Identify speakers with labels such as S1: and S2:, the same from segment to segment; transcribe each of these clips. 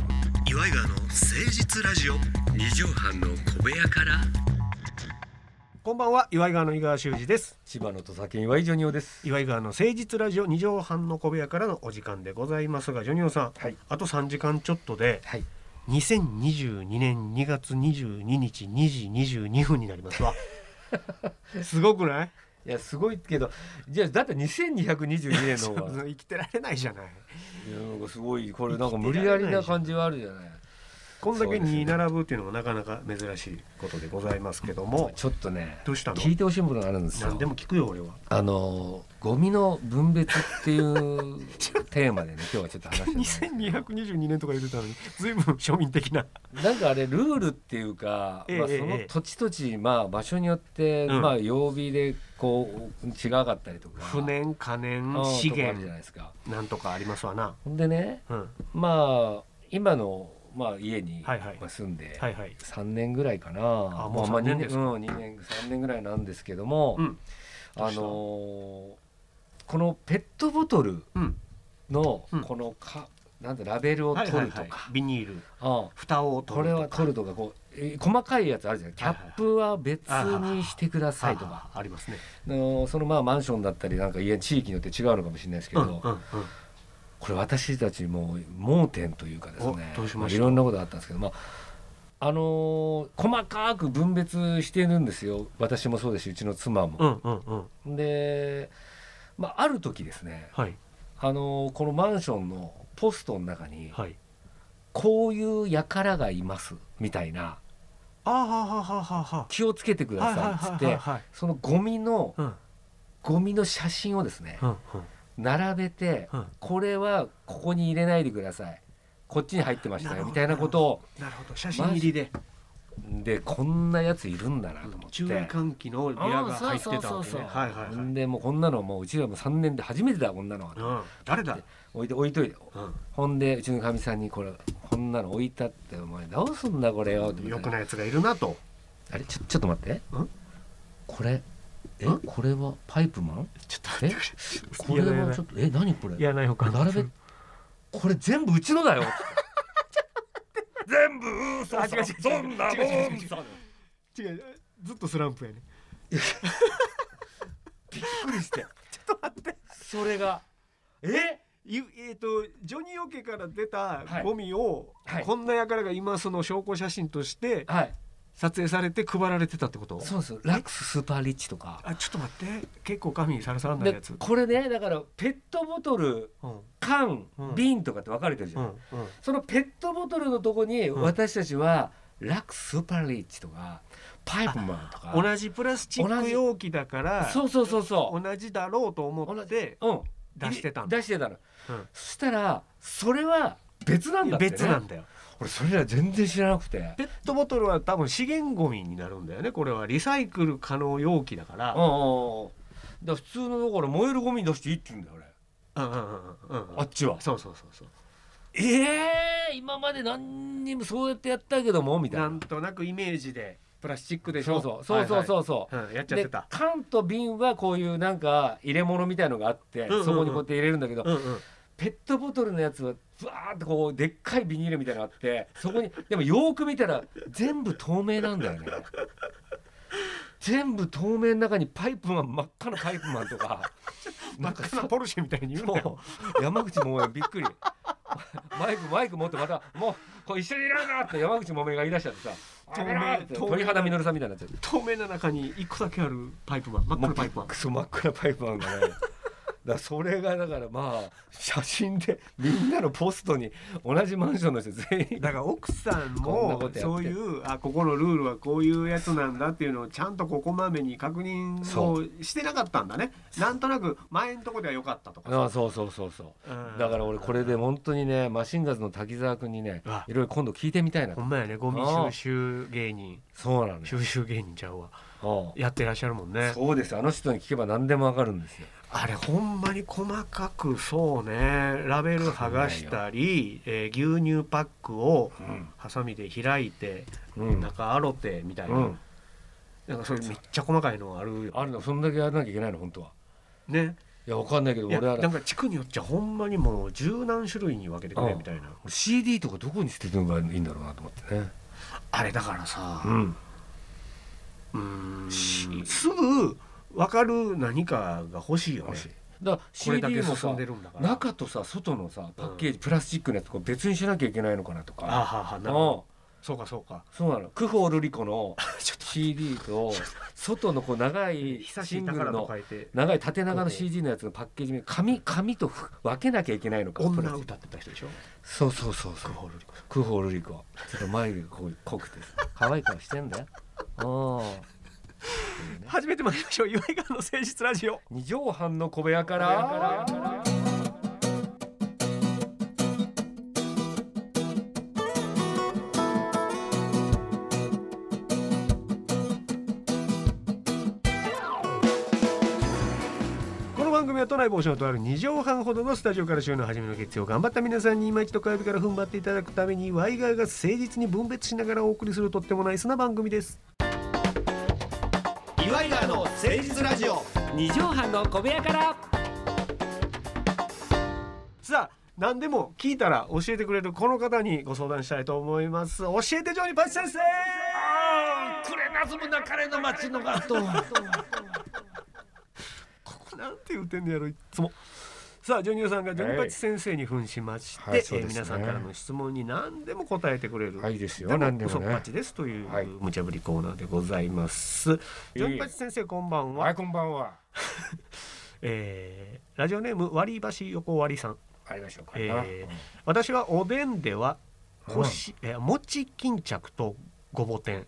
S1: イガーの誠実ラジオ
S2: 二畳半の小部屋から
S3: こんばんは岩井川の井川修司です
S2: 千葉の土佐県岩井ジョニオです
S3: 岩井川の誠実ラジオ二畳半の小部屋からのお時間でございますがジョニオさん、
S2: はい
S3: あと3時間ちょっとで
S2: はい
S3: 2022年2月22日2時22分になります わすごくない
S2: いやすごいけどじゃあだって2222年の方が
S3: 生きてられないじゃない
S2: いやなんかすごいこれなんか無理やりな感じはあるじゃない
S3: こんだけ
S2: そうですね
S3: に並ぶっていうのもなかなか珍しいことでございますけども
S2: ちょっとね
S3: どうしたの
S2: 聞いてほしいものがあるんですよ
S3: 何でも聞くよ俺 は
S2: あのゴミの分別っていう テーマでね今日はちょっと話してたの
S3: 2222年とか言ってたのに随分庶民的な
S2: なんかあれルールっていうか、
S3: ええ
S2: まあ、
S3: ええ
S2: その
S3: ええ
S2: 土地土地、まあ、場所によって、
S3: うん
S2: まあ、曜日でこう違かったりとか
S3: 不燃可
S2: う
S3: 燃
S2: ん
S3: 資
S2: とかある
S3: 源
S2: じゃないですか。
S3: なんとかありますわな、
S2: ほんでね
S3: うん、
S2: まあ今の、まあ、家に、
S3: はいはい
S2: まあ住んで
S3: はいはい
S2: 3年ぐらいかな、
S3: あもう
S2: まあまあ
S3: 3年ですか
S2: 二うん、2年3年ぐらいなんですけども、
S3: うん
S2: あのーこのペットボトル
S3: うん
S2: の
S3: うん
S2: このか、なんてラベルを取るとか、
S3: ビニール
S2: ああ
S3: 蓋を
S2: こ
S3: 取
S2: れ
S3: ると
S2: は
S3: か
S2: 取るとかこうえー細かいやつあるじゃないキ
S3: は
S2: ャ
S3: いはいはい
S2: ップは別にしてくださいと
S3: は
S2: か、
S3: あありますね
S2: あのーそのまあマンションだったりなんか家地域によって違うのかもしれないですけ
S3: う
S2: ど、
S3: んうんうん
S2: これ私たちも盲点というかですね
S3: おどうしました
S2: あいろんなことがあったんですけどまああのー細かく分別してるんですよ私もそうですしうちの妻
S3: う
S2: も。
S3: んうんうん
S2: で、まあ、ある時ですね、
S3: はい
S2: あのーこのマンションのポストの中に
S3: はい
S2: こういう輩がいますみたいな
S3: あーはーはーはーはーは
S2: 気をつけてく
S3: ー
S2: だ
S3: はい
S2: さいっつ
S3: は
S2: っ
S3: いはいはい
S2: て
S3: はい
S2: そのゴミの
S3: うん
S2: ゴミの写真をですね
S3: うん
S2: 並べて
S3: うんうん
S2: これはここに入れないでくださいこっちに入ってました
S3: なる
S2: よ
S3: ほど
S2: みたいなことを
S3: なるほど写真入りで
S2: でこんなやついるんだなと思って
S3: 注意喚起のビラが入ってたわけねはいはいはい
S2: でもうこんなのもううちらも3年で初めてだこんなのは
S3: うん誰だ
S2: 置いて置いといて
S3: うん
S2: ほんでうちのかみさんにこれこんなの置いたってお前どうすんだこれよって
S3: 良くないやつがいるなと
S2: あれちょちょっと待ってこれえ
S3: ん
S2: これはパイプマン
S3: ちょっと
S2: えこれはちょっとえ何これ
S3: やないほか
S2: 並べこれ全部うちのだよ 全部嘘
S3: あ違う違う違う
S2: そんなもん
S3: 違う違う違う違うずっとスランプやね
S2: びっくりしてちょっと待ってそれがえ
S3: いえー、とジョニオ家から出た
S2: はい
S3: ゴミを、
S2: はい
S3: こんな輩が今その証拠写真として
S2: はい
S3: 撮影されて配られてたってこと
S2: そうですよラックススーパーリッチとか
S3: あちょっと待って結構紙にさらさらになる
S2: で
S3: やつ、
S2: これねだからペットボトル
S3: うん
S2: 缶、
S3: うん
S2: 瓶とかって分かれてるじゃ、
S3: うんんうん、
S2: そのペットボトルのとこに
S3: うん
S2: 私たちは、ラックススーパーリッチとかパイプマンとか
S3: 同じプラスチッ
S2: 同
S3: ク
S2: じ
S3: 容器だから
S2: そうそうそうそ
S3: 同じだろうと思って
S2: う、うん、
S3: 出してたんだ
S2: 出してたの、
S3: うん
S2: そしたらそれは別なんだって、ね、
S3: 別なんだよ
S2: 俺それら全然知らなくて
S3: ペットボトルは多分資源ゴミになるんだよねこれはリサイクル可能容器だから、
S2: うんうんうんだから普通のだから燃えるゴミに出していいって言うんだよ
S3: うんうんうんうんうん
S2: 俺あっちは
S3: そうそうそうそう
S2: ええ今まで何にもそうやってやったけどもみたいな
S3: なんとなくイメージでプラスチックでし
S2: そ
S3: ょ
S2: うそうそうそうそうそう、
S3: はいはいうんやっちゃって
S2: で
S3: た
S2: 缶と瓶はこういうなんか入れ物みたいのがあって、
S3: んうんうん
S2: そこにこうやって入れるんだけど、
S3: うんうん
S2: ペットボトルのやつはブワーってこうでっかいビニールみたいなのがあってそこにでもよーく見たら全部透明なんだよね全部透明の中にパイプマン真っ赤なパイプマンとか
S3: 真っ赤なポルシェみたいに言うなよ
S2: そう山口百恵びっくりマイクマイク持ってまたもうこう一緒にいらんなって山口百恵が言い出しちゃってさ
S3: 透明
S2: やめろって
S3: 透明
S2: 鳥肌みのるさんみたいになっちゃって
S3: 透明な中に一個だけあるパイプマン真っ赤なパイプマン
S2: クソ真っ暗パイプマンがねだからそれがだからまあ写真でみんなのポストに同じマンションの人全員
S3: だから奥さん
S2: こんな
S3: も
S2: ことやって
S3: そういうあここのルールはこういうやつなんだっていうのをちゃんとここまめに確認をしてなかったんだねなんとなく前んとこでは良かったとか
S2: ああそうそうそうそう
S3: うん
S2: だから俺これで本当にねマシンガーズの滝沢君にね
S3: うわ
S2: いろいろ今度聞いてみたいな
S3: ほんまやねゴミ収集芸人
S2: そうなんです
S3: 収集芸人ちゃうわ
S2: よ
S3: やってらっしゃるもんね
S2: そうですあの人に聞けば何でもわかるんですよ
S3: あれほんまに細かくそうねラベル剥がしたり、えー牛乳パックを
S2: うん
S3: ハサミで開いて、
S2: うん
S3: 中アロテみたいな、
S2: うん
S3: なんかそれめっちゃ細かいのあるよ
S2: あるのそんだけやらなきゃいけないの本当は
S3: ね
S2: やわかんないけど
S3: いや
S2: 俺は
S3: なんか地区によっちゃほんまにもう十何種類に分けてくれ
S2: うん
S3: みたいな
S2: CD とかどこに捨ててもいいんだろうなと思ってね
S3: あれだからさ
S2: うん
S3: うーんすぐ分かる何かが欲しいよね
S2: 欲しいだから
S3: これ
S2: CD
S3: だけ
S2: も
S3: 進ん
S2: さ
S3: でるんだから
S2: 中とさ外のさパッケージプラスチックのやつとか別にしなきゃいけないのかなと
S3: あ
S2: か、
S3: ははな
S2: う
S3: んるほどそうかそうか
S2: そうなのクホルリコの
S3: ちょっ
S2: CD と外のこう長い
S3: 久
S2: シ
S3: し
S2: ン
S3: ぶ
S2: グ
S3: りだか
S2: ル
S3: らと
S2: の
S3: 書いて
S2: 長い縦長の CD のやつのパッケージに紙紙とふ分けなきゃいけないのかプ
S3: 女
S2: ラス
S3: 歌ってた人でしょ
S2: そうそうそうそう
S3: ホルリコ
S2: クホルリコちょっと眉毛濃い濃くてさ可愛い顔してんだよおー
S3: 初めてまいりましょう岩井川の誠実ラジオ
S2: 二畳半の小部屋から
S3: この番組は都内某所のとある2畳半ほどのスタジオから週の初めの月曜頑張った皆さんに今一度火曜日から踏ん張っていただくために Y 側が誠実に分別しながらお送りするとってもナイスな番組です岩井川の誠実ラジオ
S2: 二畳半の小部屋から
S3: さあ何でも聞いたら教えてくれるこの方にご相談したいと思います教えてジョニーパチ先生
S2: くれなずむなかれの街のガット
S3: ここなんて言ってんのやろいっつもさあジョニオさんがジョニーパチ先生に扮しまして、
S2: はいはいそう
S3: えー
S2: ですね
S3: 皆さんからの質問に何でも答えてくれる、
S2: はいですよ
S3: でも
S2: 何でも
S3: 嘘っ
S2: ね
S3: ぱちですという
S2: はい
S3: 無茶ぶりコーナーでございます、ジョニーパチ先生こんばんは、
S2: はいこんばんは
S3: えーラジオネーム割り箸横割りさん
S2: ありましょうか
S3: えー私はおでんではこし、えー餅巾着とごぼ天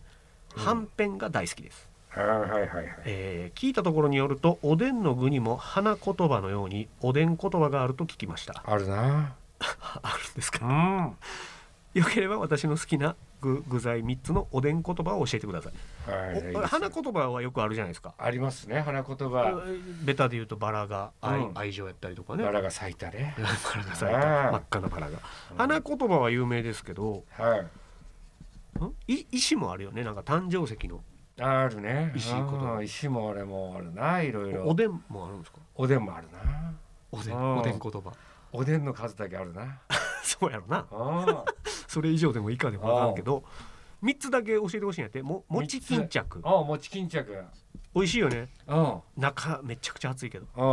S2: うん
S3: はんぺんが大好きです、
S2: はいはいはいはい
S3: えー聞いたところによるとおでんの具にも花言葉のようにおでん言葉があると聞きま した
S2: あるな
S3: あるんです
S2: う
S3: か
S2: ん
S3: よければ私の好きな具具材3つのおでん言葉を教えてください
S2: はい
S3: お花言葉はよくあるじゃないですか
S2: ありますね花言葉
S3: ベタで言うとバラが愛,、
S2: うん
S3: 愛情やったりとかね
S2: バラが咲いたね
S3: バラが咲いた
S2: あー
S3: 真っ赤なバラが花言葉は有名ですけど
S2: はい
S3: んい石もあるよねなんか誕生石の
S2: あるね
S3: 石井こと
S2: うん石もあれもあるないろい
S3: お
S2: ろ
S3: でんもあるんですか
S2: おでんもあるな
S3: おで
S2: あ
S3: ん
S2: ー
S3: おでん言葉
S2: おでんの数だけあるな
S3: そうやろな
S2: あ
S3: それ以上でも以下でも分からんけど3つだけ教えてほしいんやっても餅巾着
S2: あ餅巾着
S3: 美味しいよね
S2: うん
S3: 中めちゃくちゃ熱いけど
S2: う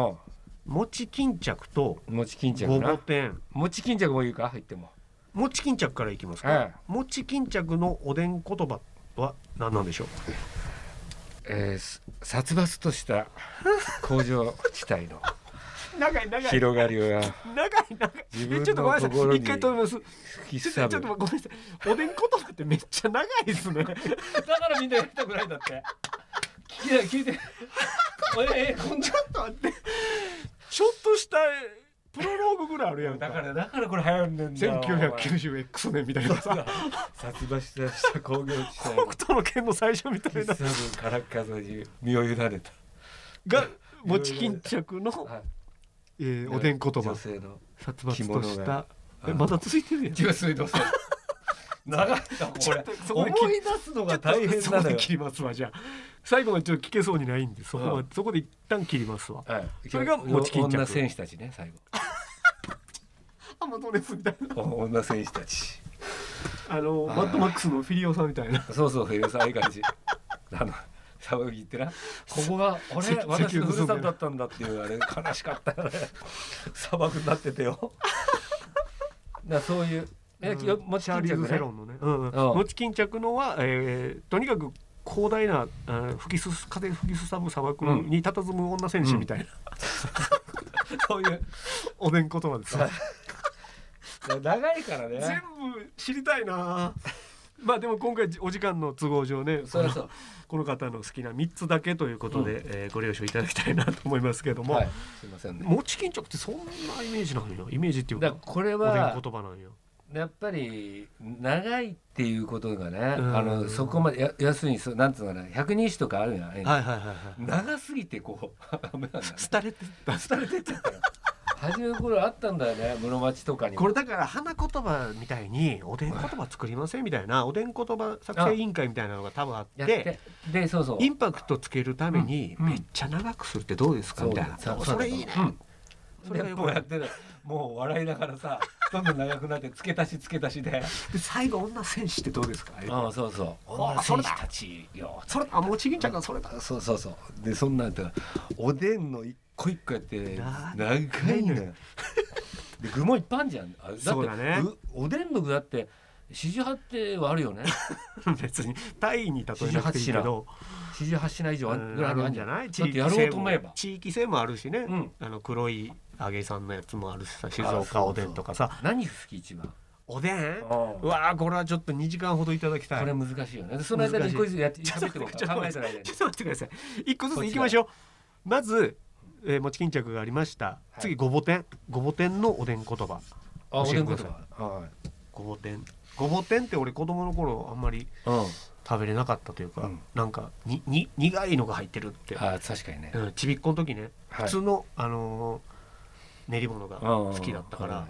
S2: ん
S3: 餅巾着と
S2: 餅巾着
S3: ごぼ
S2: な
S3: 天
S2: 餅巾着もいいか入っても
S3: 餅巾着からいきますか
S2: え
S3: 餅巾着のおでん言葉は何なんでしょう
S2: えーす殺伐とした工場地 帯の
S3: 長い長
S2: 広がりが
S3: 長い長い
S2: 自
S3: え
S2: 分
S3: ちょっとごめん
S2: の
S3: なさ
S2: 心
S3: い
S2: に
S3: 一回止めます
S2: 吹き
S3: ちょっと
S2: さ
S3: ちょ
S2: ぶ
S3: っとごめんなさいおでん言葉ってめっちゃ長いですね
S2: だからみんなやりたくないんだって聞いて聞 いてええこんな
S3: ちょっと待ってちょっとしたプロローグぐらいあるやん
S2: だからだからこれ流行んねんだよ
S3: 1990X 年みたいなさ
S2: 殺伐とした工業地帯の
S3: 北斗の剣の最初みたい
S2: 喫茶
S3: な
S2: 分から風に身を委ねた、
S3: が餅巾着の、
S2: はい
S3: えーおでん言葉
S2: 女性の
S3: 殺伐と
S2: 着
S3: し
S2: 物
S3: た
S2: が
S3: えまだ続いてるやん
S2: 給水道水長いなこれ
S3: そこ
S2: 思
S3: で
S2: い
S3: 切
S2: 出すのが大変
S3: そ
S2: な
S3: こ
S2: の
S3: で
S2: よ
S3: 切りますわじゃあ最後までちょっと聞けそうにないんでそこは、
S2: うん
S3: そこで一旦切りますわ
S2: はい
S3: それが持ち巾着
S2: 女選手たちね最
S3: アマゾネスみたいな
S2: 後女選手たち
S3: あのマッドマックスのフィリオさんみたいな
S2: そうそうヘルサーいい感じあの騒ぎ言ってなここがあ
S3: 石
S2: れ
S3: 石
S2: 私の
S3: 油
S2: ふ
S3: 盗んで
S2: るさ
S3: る
S2: とだったんだっていうあれ悲しか ったよね砂漠になっててよなそういうえ
S3: うん
S2: よ持ち
S3: チャー
S2: 巾
S3: リー
S2: 着
S3: ズ・セ
S2: ね
S3: ロンのね、うんうん、
S2: うん
S3: 持ち巾着のは、えーとにかく広大な、あー吹きすす風吹きすさぶ砂漠に佇む女戦士みたいな、
S2: そういう
S3: おでん言葉ですわ
S2: 長いから
S3: 全
S2: ね
S3: 部知りたいなまあでも今回お時間の都合上ね
S2: そうそ
S3: このこの方の好きな3つだけということで、
S2: う
S3: えーご了承いただきたいなと思いますけど
S2: う
S3: も、
S2: はいすいませんね
S3: 餅巾着ってそんなイメージなんよイメージっていう
S2: だ
S3: か
S2: からこれ
S3: おでん
S2: は
S3: 言葉なんよ
S2: やっぱり長いっていうことがね、
S3: ん
S2: あのそこまでや要するにそうなんつうのかな百人一首とかあるじゃない、
S3: いはいはいは
S2: 長すぎてこうダメなんだね
S3: 廃れて
S2: 廃れてっちゃったよ初めの頃あったんだよね室町とかに
S3: これだから花言葉みたいにおでん言葉作りませんみたいなおでん言葉作成委員会みたいなのが多分あっ
S2: やっててでそうそう
S3: インパクトつけるために
S2: うん
S3: めっちゃ長くするってどうですかみたいな
S2: そう
S3: それいいね
S2: うん
S3: それがよく
S2: こうやってるもう笑いながらさどんどん長くなって付け足し付け足しで
S3: で最後女戦士ってどうですか
S2: ああそうそう
S3: あ
S2: 女
S3: それ
S2: 戦
S3: だ
S2: 士たちよ
S3: それあもうちぎんちゃんがそれだ
S2: そうそうそうでそんなんやったらおでんの一個一個やって
S3: 長
S2: 長いのよで具もいっぱいあんじゃんあだって
S3: そうだね
S2: うおでんの具だって四十八ってはあるよね
S3: 別に単位に例えなくていいけど
S2: 四十八品以上あ
S3: うんん
S2: ぐらい
S3: あ
S2: ある
S3: る
S2: ん
S3: ん
S2: じ
S3: じ
S2: ゃ
S3: ゃ
S2: な
S3: ないい
S2: だってやろうと思えば
S3: 地域性もあるしね
S2: うん
S3: あの黒い揚げさんのやつもあるしさ静岡おでんとかさ
S2: 何好き一番
S3: おでんう
S2: こ
S3: わーこれはちょっと2時間ほどいただきたい
S2: れ難しいよねでその間に一個ずつやって
S3: ちょっ
S2: 食
S3: と
S2: べて
S3: 待
S2: も
S3: っ
S2: 考
S3: てちょっと待ってちょ
S2: えてる間に
S3: っと待ってください一個ずつ行きましょうまず、えー、もち巾着がありました、
S2: い
S3: 次ごぼ天ごぼ天のおでん言葉
S2: あおでん言
S3: 教えてく
S2: 葉は
S3: ごぼ天ごぼ天って俺子供の頃あんまり
S2: いうん
S3: 食べれなかったというか、
S2: うん
S3: なんかにに苦いのが入ってるって、
S2: あ確かにね
S3: うん、ちびっこの時ね
S2: はい
S3: 普通の、あのー練り物が好きだったか
S2: うんうん
S3: ら
S2: うん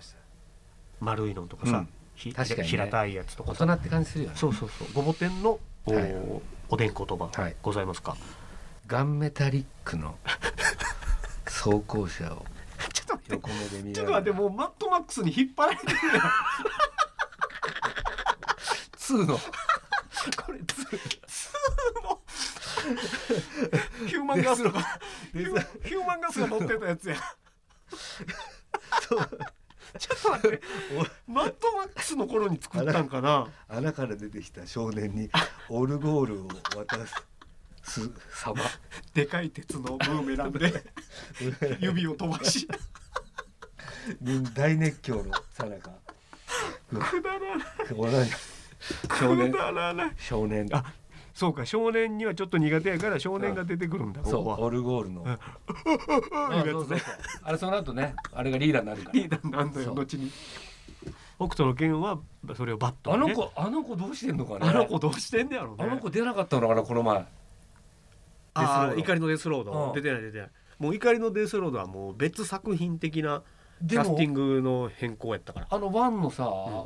S3: 丸いのとかさ、
S2: うん
S3: ひ
S2: 確かにね
S3: 平たいやつと
S2: 大
S3: かさ
S2: 人って感じするよね
S3: そうそうそうごぼ天のお,、
S2: はい
S3: おでん言葉、
S2: はい
S3: ございます か
S2: ガンメタリックの装甲車を
S3: ちょっと待って
S2: 横目で見
S3: ちょっと待ってもうマットマックスに引っ張られてるよ
S2: 2の
S3: こ れツーのヒューマンガスとかヒューヒューマンガスが乗ってたやつや ちょっと待ってマットマックスの頃に作ったんかな
S2: 穴から出てきた少年にオルゴールを渡すす様
S3: でかい鉄のブーメラン で指を飛ばし
S2: 大熱狂のさなか
S3: くだらない
S2: 同じ少年
S3: くだらない
S2: 少年
S3: あそうか少年にはちょっと苦手やから少年が出てくるんだこ
S2: そ
S3: こ
S2: う
S3: は
S2: オルゴールの
S3: ん
S2: あそうそうそうあれその後ねあれがリーダーになるから
S3: リーダーになんだ
S2: そ
S3: よ
S2: う
S3: 後に北斗の拳はそれをバット
S2: あ
S3: にね
S2: の子あの子どうしてんのかね
S3: あの子どうしてんねやろうね
S2: あの子出なかったのかなこの前
S3: あー
S2: デスロード
S3: 怒りのデスロー
S2: う
S3: ド
S2: ん
S3: 出てない出てないもう怒りのデスロードはもう別作品的なキ
S2: で
S3: ャス
S2: も
S3: ティングの変更やったから
S2: あのワンのさ、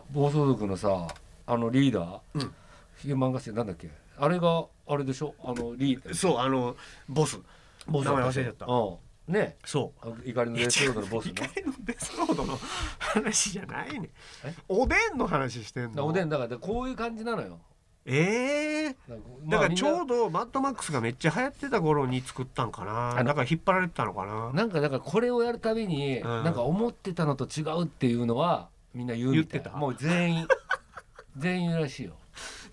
S2: 暴走族のさあのリーダー、
S3: うん
S2: ヒゲマンガなんだっけあれがあれでしょあのリーダー
S3: そうあのボス
S2: ボスだ
S3: 名前
S2: で
S3: 忘
S2: しょ
S3: れちゃった
S2: うんね
S3: そ
S2: あ怒りの
S3: う
S2: レスロードのボス
S3: 怒
S2: ね
S3: りのデスロードの話じゃないね
S2: え
S3: おでんの話してんの
S2: おでんだからこういう感じなのよ
S3: ええ
S2: だか
S3: だからちょ
S2: う
S3: うどマッドマックスがめっちゃ流行ってた頃に作ったんかな
S2: あの
S3: だから引っ張られてたのかな
S2: なんかだからこれをやるたびに、
S3: ん
S2: なんか思ってたのと違うっていうのはみんな言うみた
S3: 言
S2: い
S3: ってた
S2: もう全員全員言うらしいよ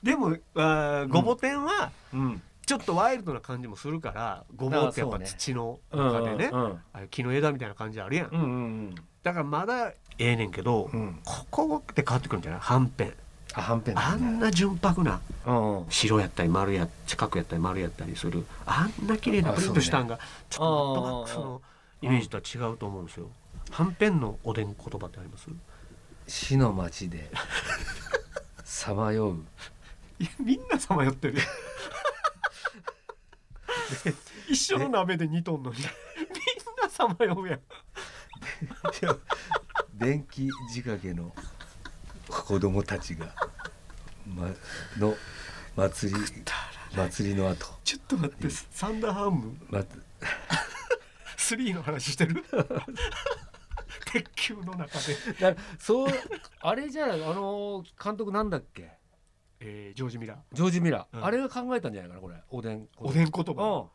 S3: でもあーごぼ天は
S2: うん
S3: ちょっとワイルドな感じもするからごぼうってやっぱ土の
S2: うんう
S3: 中
S2: ん
S3: でね
S2: うん
S3: あれ木の枝みたいな感じあるやん
S2: うんうん
S3: だからまだええねんけど、
S2: うん
S3: ここで変わってくるんじゃないはんぺん
S2: あはんぺん
S3: あ
S2: だ
S3: ん
S2: ね
S3: な純白な
S2: うんうん
S3: 白やったり丸や四角やったり丸やったりするあんな綺麗なプリントしたんが、ちょっとマットマックスのイメージとは違うと思うんですよはんぺんのおでん言葉ってあります
S2: 死の町でさまよう
S3: いやみんなさまよってる一緒の鍋で煮とんのにみんなさまようやん
S2: 電気仕掛けの子供たちが、ま、の祭り祭りの後、
S3: ちょっと待ってサンダーハーム
S2: ま、
S3: 3の話してる鉄球の中で、
S2: だそうあれじゃないあの監督なんだっけ
S3: えー、ジョージ・ミラー
S2: ジョージ・ミラー、
S3: うん
S2: あれが考えたんじゃないかなこれおでん
S3: おでん言
S2: う
S3: 葉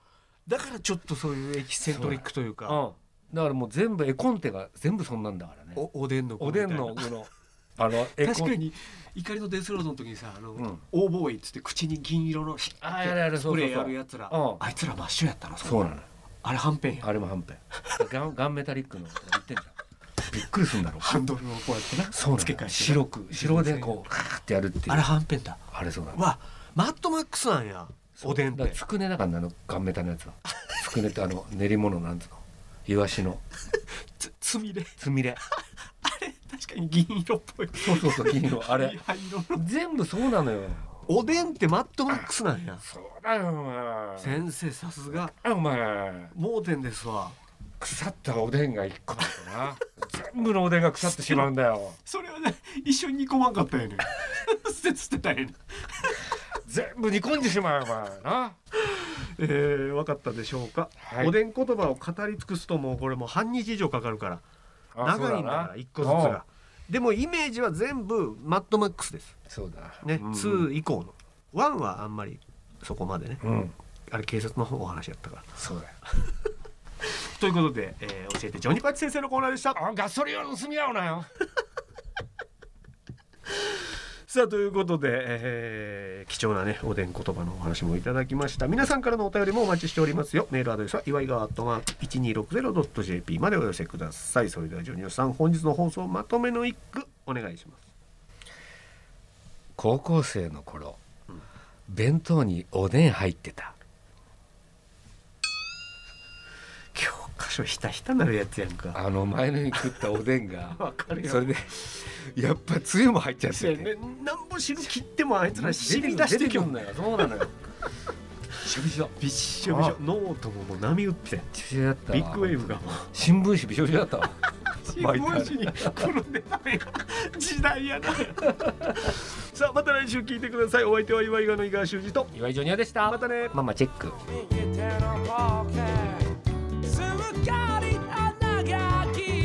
S2: ん
S3: だからちょっとそういうエキセントリックというか
S2: うんだからもう全部絵コンテが全部そんなんだからね
S3: おおでんの
S2: お
S3: 子みたい
S2: でん
S3: な
S2: のこのあの絵
S3: 確
S2: コ
S3: か
S2: ン
S3: に怒りのデスロードの時にさあの、
S2: うん
S3: オーボーイっつって口に銀色のス
S2: あやるやるそう
S3: プ
S2: そう
S3: レー
S2: そ
S3: やる
S2: う
S3: やつら
S2: うん
S3: あいつら真っ白やったなそん
S2: そうなの
S3: あれはんぺんや
S2: あれもはんぺんガンガンメタリックのとか言ってんじゃんびっくりするんだろう
S3: ハンドルをこうやってな
S2: そうな
S3: 付け
S2: の
S3: 替えて
S2: 白く白でこうカーってやるっていう
S3: あれはんぺんだ
S2: あれそうなの
S3: わマッドマックスなんやおでんっ
S2: だか
S3: て
S2: らつくねだからなのガンメタのやつはつくねってあの練り物なんつうのイワシの
S3: つつみれ
S2: つみれ
S3: 確かに銀色っぽい
S2: そうそうそう 銀のあれ
S3: 灰色の
S2: 全部そうなのよ
S3: おでんってマッドマックスなんや
S2: そうだよお前
S3: 先生さすが
S2: お前
S3: 盲点ですわ
S2: 腐ったおでんが一個あるな全部のおでんが腐ってしまうんだよ
S3: それはね一緒に煮込まんかったんやね 捨て捨てたんやね
S2: 全部煮込んでしまうよお前な
S3: えー、分かったでしょうか、
S2: はい
S3: おでん言葉を語り尽くすともうこれもう半日以上かかるから
S2: あ
S3: 長いんだ
S2: そう
S3: から一個ずつがでもイメージは全部マッドマックスです
S2: そうだ
S3: ね、
S2: うん
S3: 2以降の1はあんまりそこまでね
S2: うん
S3: あれ警察のお話やったから
S2: そうだよ
S3: ということで、えー教えてジョニパチ先生のコーナーでした
S2: あガソリンを盗み合うなよ
S3: さあということで、えー貴重なねおでん言葉のお話もいただきました皆さんからのお便りもお待ちしておりますよメールアドレスは祝いが 1260.jp までお寄せくださいそれではジョニオさん本日の放送まとめの一句お願いします
S2: 高校生の頃弁当におでん入ってた
S3: 教科書ひたひたなるやつやんか
S2: あの前の日に食ったおでんが
S3: わかるよ
S2: それでやっぱつゆも入っちゃってて、
S3: ね、なんぼ汁切ってもあいつら染み出して
S2: 出
S3: き
S2: く
S3: よ
S2: んだよそうな のよしょびしょ
S3: びっしょびしょノートももう波打って
S2: びしょびしょだったわ
S3: ビッグウェーブがもう
S2: 新聞紙びしょびしょだったわ
S3: 新聞紙に黒でため時代やなさあまた来週聞いてくださいお相手は岩井川の井川修司と
S2: 岩井ジョニアでした
S3: またね
S2: ママチェック
S4: Get it out of pocket. So we got it, I got it.